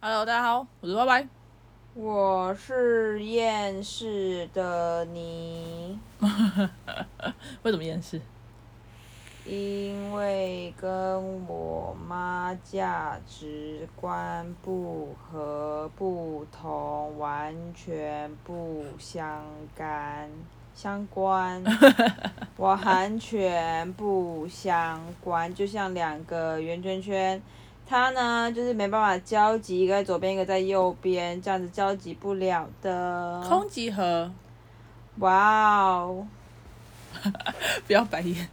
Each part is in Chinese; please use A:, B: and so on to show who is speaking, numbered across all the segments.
A: Hello，大家好，我是歪歪。
B: 我是厌世的你，
A: 为什么厌世？
B: 因为跟我妈价值观不合、不同，完全不相干、相关，完全不相关，就像两个圆圈圈。它呢，就是没办法交集，一个在左边，一个在右边，这样子交集不了的。
A: 空集 合，
B: 哇哦！
A: 不要白眼。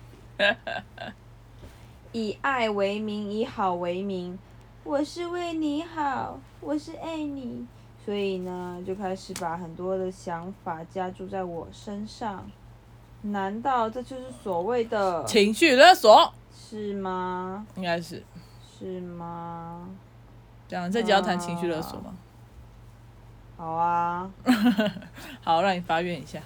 B: 以爱为名，以好为名，我是为你好，我是爱你。所以呢，就开始把很多的想法加注在我身上。难道这就是所谓的
A: 情绪勒索，
B: 是吗？
A: 应该是
B: 是吗？
A: 这样。这集要谈情绪勒索吗？
B: 好啊，
A: 好，让你发愿一下。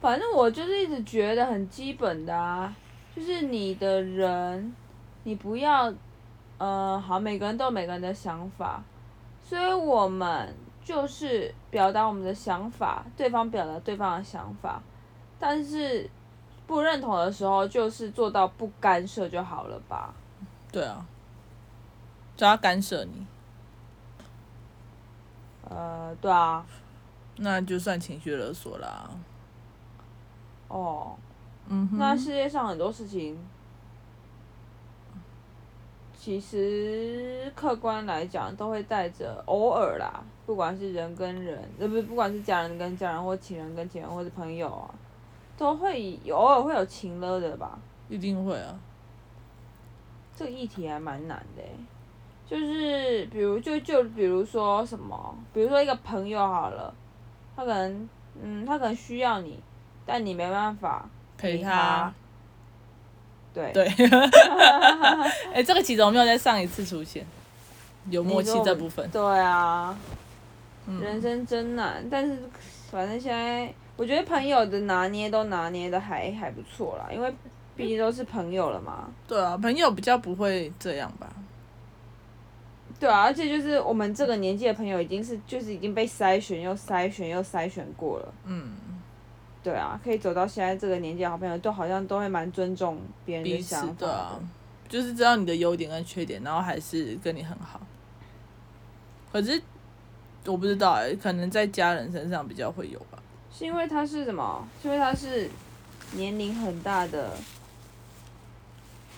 B: 反正我就是一直觉得很基本的啊，就是你的人，你不要，呃，好，每个人都有每个人的想法，所以我们就是表达我们的想法，对方表达对方的想法，但是不认同的时候，就是做到不干涉就好了吧？
A: 对啊，只要干涉你，
B: 呃，对啊，
A: 那就算情绪勒索啦。
B: 哦，
A: 嗯哼，
B: 那世界上很多事情，其实客观来讲都会带着偶尔啦，不管是人跟人，呃，不，不管是家人跟家人，或情人跟情人，或是朋友啊，都会有偶尔会有情了的吧。
A: 一定会啊。
B: 这个议题还蛮难的欸、就是比如就就比如说什么，比如说一个朋友好了，他可能嗯，他可能需要你，但你没办法
A: 陪
B: 理
A: 他。
B: 对。
A: 对。哎、这个其实我没有在上一次出现，有默契这部分。
B: 对啊，
A: 嗯
B: 人生真难，但是反正现在我觉得朋友的拿捏都拿捏的还还不错啦，因为毕竟都是朋友了嘛。
A: 对啊，朋友比较不会这样吧？
B: 对啊，而且就是我们这个年纪的朋友，已经是就是已经被筛选又筛选又筛选过了。
A: 嗯，
B: 对啊，可以走到现在这个年纪的好朋友，都好像都会蛮尊重别人
A: 彼
B: 的
A: 此
B: 想法
A: 对啊
B: 的。，
A: 就是知道你的优点跟缺点，然后还是跟你很好。可是我不知道哎、可能在家人身上比较会有吧。
B: 是因为他是什么？是因为他是年龄很大的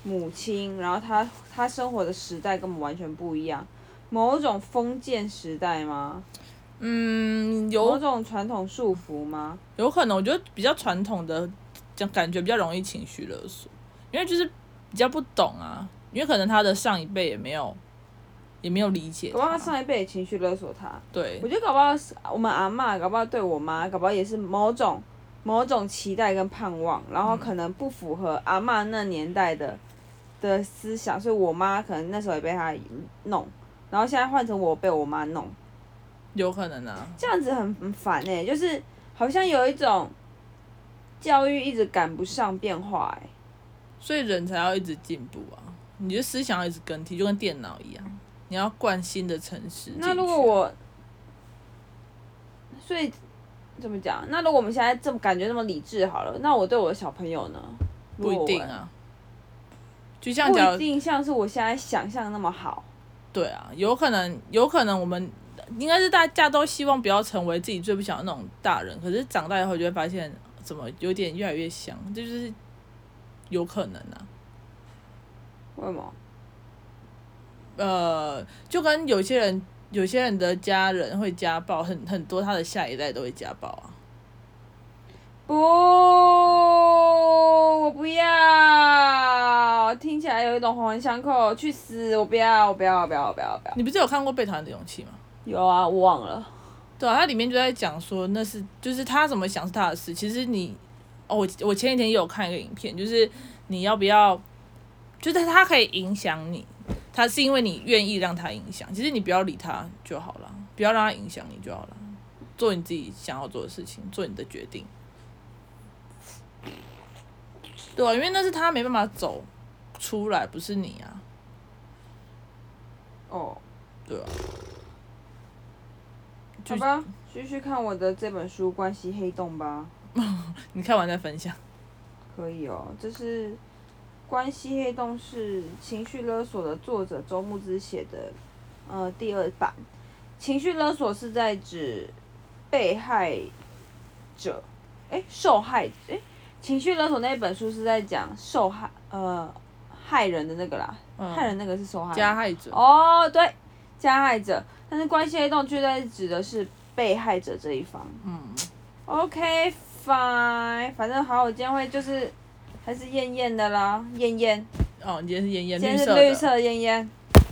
B: 母亲，然后他他生活的时代跟我们完全不一样，某种封建时代吗？
A: 嗯，
B: 某
A: 有
B: 种传统束缚吗？
A: 有可能，我觉得比较传统的，这样感觉比较容易情绪勒索，因为就是比较不懂啊，因为可能他的上一辈也没有也没有理解
B: 搞不好他上一辈也情绪勒索他，
A: 对
B: 我觉得搞不好是我们阿嬷，搞不好对我妈，搞不好也是某种某种期待跟盼望，然后可能不符合阿嬷那年代的的思想，所以我妈可能那时候也被他弄，然后现在换成我被我妈弄，
A: 有可能啊，
B: 这样子很很烦哎、就是好像有一种教育一直赶不上变化哎、
A: 所以人才要一直进步啊，你的思想要一直更替，就跟电脑一样，你要灌新的城市进去啊。
B: 那如果我，所以怎么讲？那如果我们现在这么感觉那么理智好了，那我对我的小朋友呢？
A: 不
B: 如果
A: 一
B: 我
A: 定啊，就像
B: 不
A: 假
B: 一
A: 如
B: 定像是我现在想象那么好。
A: 对啊，有可能，有可能我们应该是大家都希望不要成为自己最不想的那种大人，可是长大以后就会发现，怎么有点越来越像，这就是有可能啊。
B: 为什么？
A: 呃，就跟有些人，有些人的家人会家暴，很很多他的下一代都会家暴啊。
B: 不，我不要。听起来有一种环环相扣，去死！我不要，我不要，我不要，我不要，我不要。
A: 你不是有看过《被讨厌的勇气》吗？
B: 有啊，我忘了。
A: 对啊，它里面就在讲说，那是就是他怎么想是他的事。其实你，哦，我我前几天也有看一个影片，就是你要不要，就是他可以影响你，他是因为你愿意让他影响。其实你不要理他就好了，不要让他影响你就好了，做你自己想要做的事情，做你的决定。对啊，因为那是他没办法走出来，不是你啊。
B: 哦，
A: 对啊。就
B: 好吧，继续看我的这本书《关系黑洞》吧。
A: 你看完再分享。
B: 可以哦，这是《关系黑洞》是《情绪勒索》的作者周牧之写的，呃，第二版。情绪勒索是在指被害者，诶，受害，诶，情绪勒索那本书是在讲受害，呃，害人的那个啦，害
A: 嗯，
B: 人那个是受害，
A: 加害者。
B: 哦，对，加害者，但是关系黑洞却在指的是被害者这一方。
A: 嗯，
B: OK fine，反正好，我今天会就是还是艳艳的啦，艳艳，
A: 哦，你今天是妍妍
B: 今天
A: 绿
B: 是
A: 色
B: 绿
A: 的。
B: 色艳艳，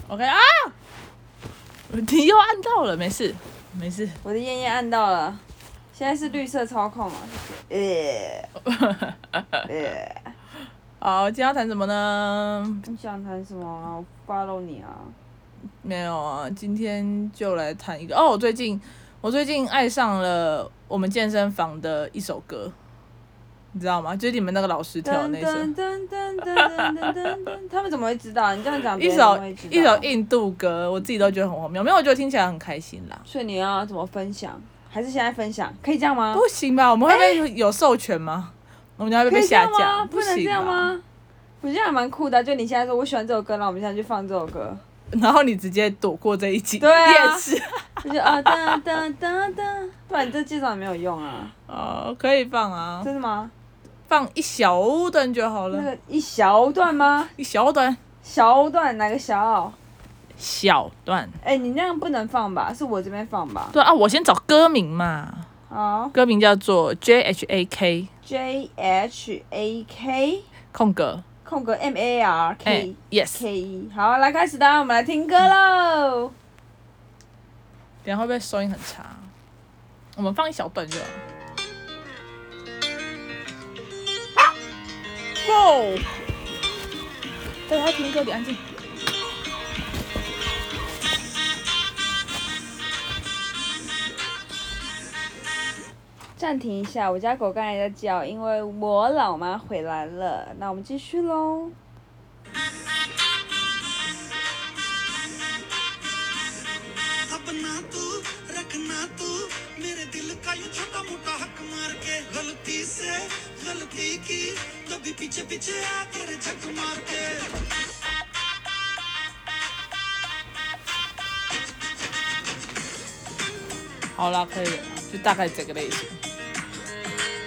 A: OK 啊，你又按到了，没事，没事。
B: 我的艳艳按到了，现在是绿色操控了， 呃，呃，
A: 好，今天要谈什么呢？
B: 你想谈什么啊？我 follow 你啊，
A: 没有啊，今天就来谈一个哦。我最近，我最近爱上了我们健身房的一首歌，你知道吗？就是你们那个老师跳的
B: 噔
A: 那首。
B: 噔噔噔噔噔噔噔噔，他们怎么会知道？你这样讲，
A: 一
B: 别人怎
A: 首
B: 么会知道
A: 一首印度歌，我自己都觉得很荒谬，没有，我觉得听起来很开心啦。
B: 所以你要怎么分享？还是现在分享？可以这样吗？
A: 不行吧？我们会被有授权吗？我们家会
B: 可
A: 被
B: 以这
A: 下
B: 样
A: 架
B: 吗？？
A: 不
B: 能
A: 行
B: 这样
A: 吧？
B: 吗？我觉得还蛮酷的啊、就你现在说我喜欢这首歌，然后我们现在去放这首 歌，
A: 然后你直接躲过这一集，
B: 对啊
A: 也是。
B: 我就啊哒哒哒哒，不然你这介绍也没有用啊，
A: 哦，可以放啊，
B: 真的吗？
A: 放一小段就好
B: 那
A: 了，
B: 个一小段吗？
A: 一小段，
B: 小段哪个小？
A: 小段。
B: 哎、你那样不能放吧？是我这边放吧？
A: 对啊，我先找歌名嘛，
B: 好
A: 歌名叫做 J H A K
B: ，J H A K
A: 空格
B: 空格 M A R
A: 哎
B: K
A: ，Yes，
B: K E，好，来开始啦，我们来听歌喽。
A: 等一下会不会收音很差？我们放一小段就好。Go！大家听歌，你安静。
B: 暂停一下，我家狗刚才在叫，因为我老妈回来了。那我们继续喽。
C: अपना तू रखना तू मेरे दिल का ये छोटा मोटा हक मार के गलती से गलती की कभी पीछे पीछे आकर झक मार के
A: 好啦，可以了，就大概这个类型。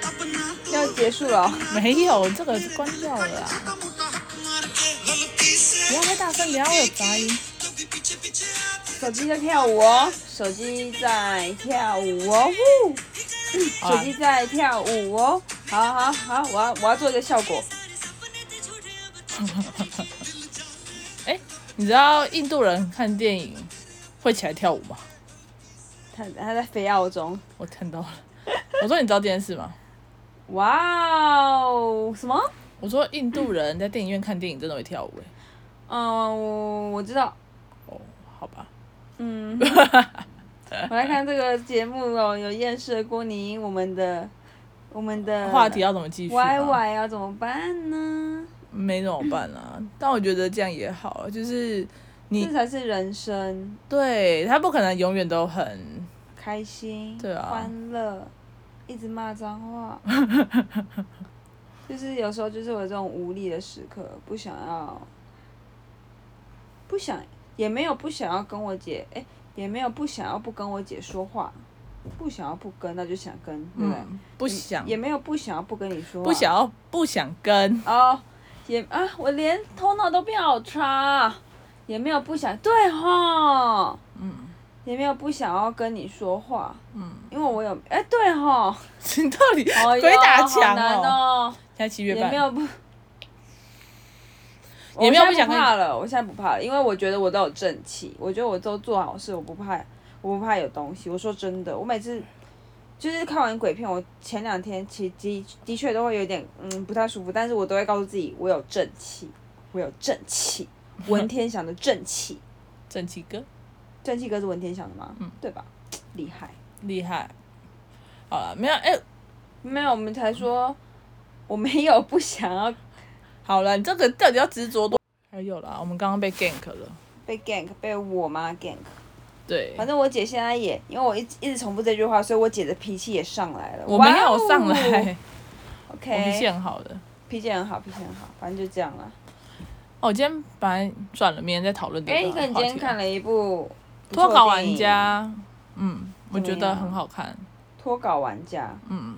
C: अपना तू
B: 要结束了哦、
A: 没有，这个关掉了啦，
C: छोटा मोटा हक मार के गलती
A: 不要
C: से
A: 太大声，等一下会有杂音。
C: कभी पीछे पीछे आकर
B: 手机在跳舞哦，手机在跳舞哦，呜
A: 好
B: 手
A: 啦
B: 机在跳舞哦。好好好，我要我要做一个效果。
A: 哎、你知道印度人看电影会起来跳舞吗？
B: 他他在飞澳中，
A: 我看到了。我说你知道这件事吗？
B: 哇哦，什么？
A: 我说印度人在电影院看电影真的会跳舞、欸，
B: 嗯，我我知道，
A: 哦，好 吧。
B: 嗯。我来看这个节目哦，有厌世的郭宁，我们的我们的
A: 话题要怎么继续、啊？
B: Y Y 要怎么办呢？
A: 没怎么办啊？但我觉得这样也好，就是你
B: 这才是人生，
A: 对他不可能永远都很
B: 开心，
A: 对啊
B: 欢乐，一直骂脏话，就是有时候就是有这种无力的时刻，不想要，不想也没有不想要跟我姐，哎、也没有不想要不跟我姐说话，不想要不跟，那就想跟，对不对？
A: 嗯不想
B: 也没有啊不想要不跟你说话，
A: 不想要不想跟
B: 哦，也啊，我连头脑都变好差啊，也没有不想对哈，
A: 嗯
B: 也没有不想要跟你说话，
A: 嗯，
B: 因为我有哎、对哈，
A: 你到底
B: 哦、
A: 鬼打
B: 好
A: 墙
B: 难
A: 哦？
B: 哦，
A: 现在七月
B: 也
A: 半
B: 没，有不。
A: 也没有
B: 我
A: 不
B: 现在
A: 想
B: 不
A: 跟你
B: 怕了，我现在不怕了，因为我觉得我都有正气，我觉得我都做好事，我不怕，我不怕有东西。我说真的，我每次就是看完鬼片，我前两天其实的的确都会有点嗯不太舒服，但是我都会告诉自己，我有正气，我有正气，文天祥的正气，
A: 正气哥
B: 正气歌是文天祥的吗？
A: 嗯，
B: 对吧？厉害。
A: 厉害。好了，没有哎、
B: 没有，我们才说我没有不想要
A: 好了，你这个到底要执着多？还有啦，我们刚刚被 gank 了，
B: 被 gank，被我妈 gank。
A: 对，
B: 反正我姐现在也，因为我一直一直重复这句话，所以我姐的脾气也上来了。
A: 我没
B: 哇
A: 有
B: 哦
A: 上来， 我脾气啊
B: ，OK，
A: 很好的。
B: 脾气很好，脾气很好，反正就这样了。
A: 哦，我今天本来算了，明天再讨论这
B: 哎，
A: 个
B: 一
A: 话题。啊
B: 个你今天看了一部不
A: 脱
B: 错的
A: 稿玩
B: 电影
A: 家，嗯，我觉
B: 怎么
A: 得
B: 样
A: 很好看，
B: 脱稿玩家
A: 嗯，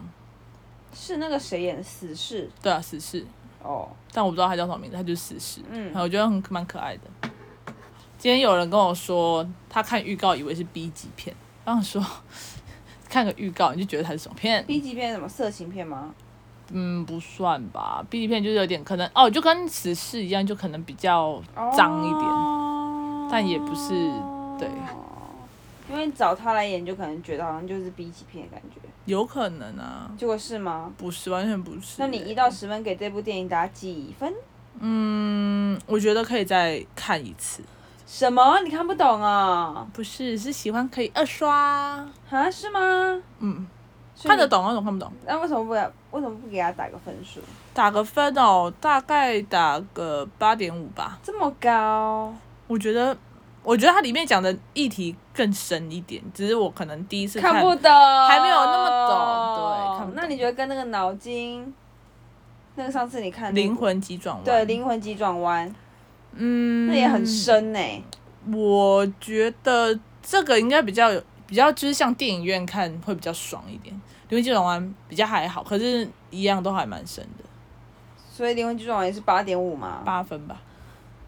B: 是那个谁演的死侍
A: 对啊，死侍，
B: 哦，
A: 但我不知道他叫什么名字，他就是死侍，
B: 嗯
A: 然后我觉得很蛮可爱的。今天有人跟我说，他看预告以为是 B 级片，然后说 看个预告你就觉得它是什么片，
B: ，B 级片是什么色情片吗？
A: 嗯，不算吧，B 级片就是有点可能哦，就跟死侍一样，就可能比较
B: 哦
A: 脏一点，
B: 点
A: 但也不是对，
B: 因为找他来演，就可能觉得好像就是 B 级片的感觉，
A: 有可能啊，
B: 结果是吗？
A: 不是，完全不是欸。
B: 那你一到十分给这部电影打几分？
A: 嗯，我觉得可以再看一次，
B: 什么？你看不懂啊？
A: 不是，是喜欢可以二刷，
B: 啊，是吗？
A: 嗯，
B: 所以
A: 看得
B: 你。
A: 懂那种看不懂。
B: 那为什么不给？为什么不给他打个分数？
A: 打个分哦，大概打个八点五吧。
B: 这么高？
A: 我觉得，我觉得它里面讲的议题更深一点，只是我可能第一次看，
B: 看不懂，
A: 还
B: 还
A: 没有那么懂对看不懂
B: 那你觉得跟那个脑筋，那个上次你看那
A: 灵
B: 部
A: 魂急转弯。
B: 对，灵魂急转弯，
A: 嗯，
B: 那也很。深欸呢、
A: 我觉得这个应该比较有，比较就是像电影院看会比较爽一点。灵魂急转弯比较还好，可是一样都还蛮深的，
B: 所以灵魂急转弯也是八点五嘛。
A: 八分吧。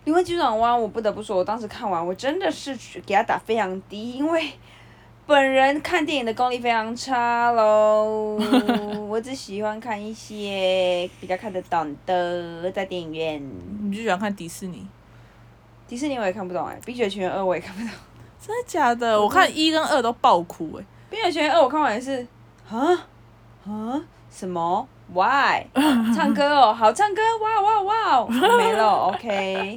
B: 灵魂急转弯，我不得不说，我当时看完，我真的是给他打非常低，因为 本人看电影的功力非常差喽。我只喜欢看一些比较看得懂的，在电影院。
A: 你就喜欢看迪士尼？
B: 迪士尼我也看不懂哎、冰雪奇缘二》我也看不懂，《
A: 真的假的？我看一跟二都爆哭哎、
B: 冰雪奇缘二》我看完也是，啊啊什么？Why？唱歌哦，好唱歌，哇哇哇哦，没了，OK。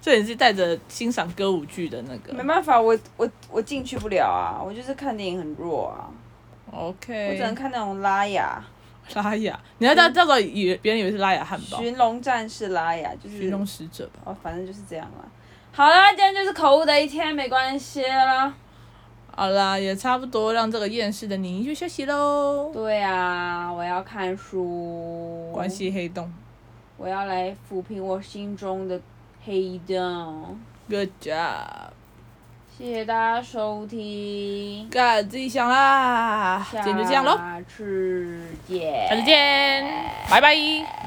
A: 所以你是带着欣赏歌舞剧的那
B: 没
A: 个。
B: 办法，我我我进去不了啊，我就是看电影很弱啊，我只
A: OK，
B: 能看那种拉雅
A: 拉雅，你要到这个以为别人以为是拉雅汉
B: 《
A: 堡，
B: 寻龙战士》拉雅，就是
A: 寻龙使者吧。
B: 哦，反正就是这样啦。好啦，今天就是口误的一天，没关系啦。
A: 好啦，也差不多让这个厌世的你去休息喽。
B: 对啊，我要看书，
A: 关系黑洞
B: 我要来抚平我心中的黑洞。
A: ，Good job，
B: 谢谢大家收听，
A: 干自己想啦。今天就这样喽，
B: 下次见，
A: 下次见，拜拜。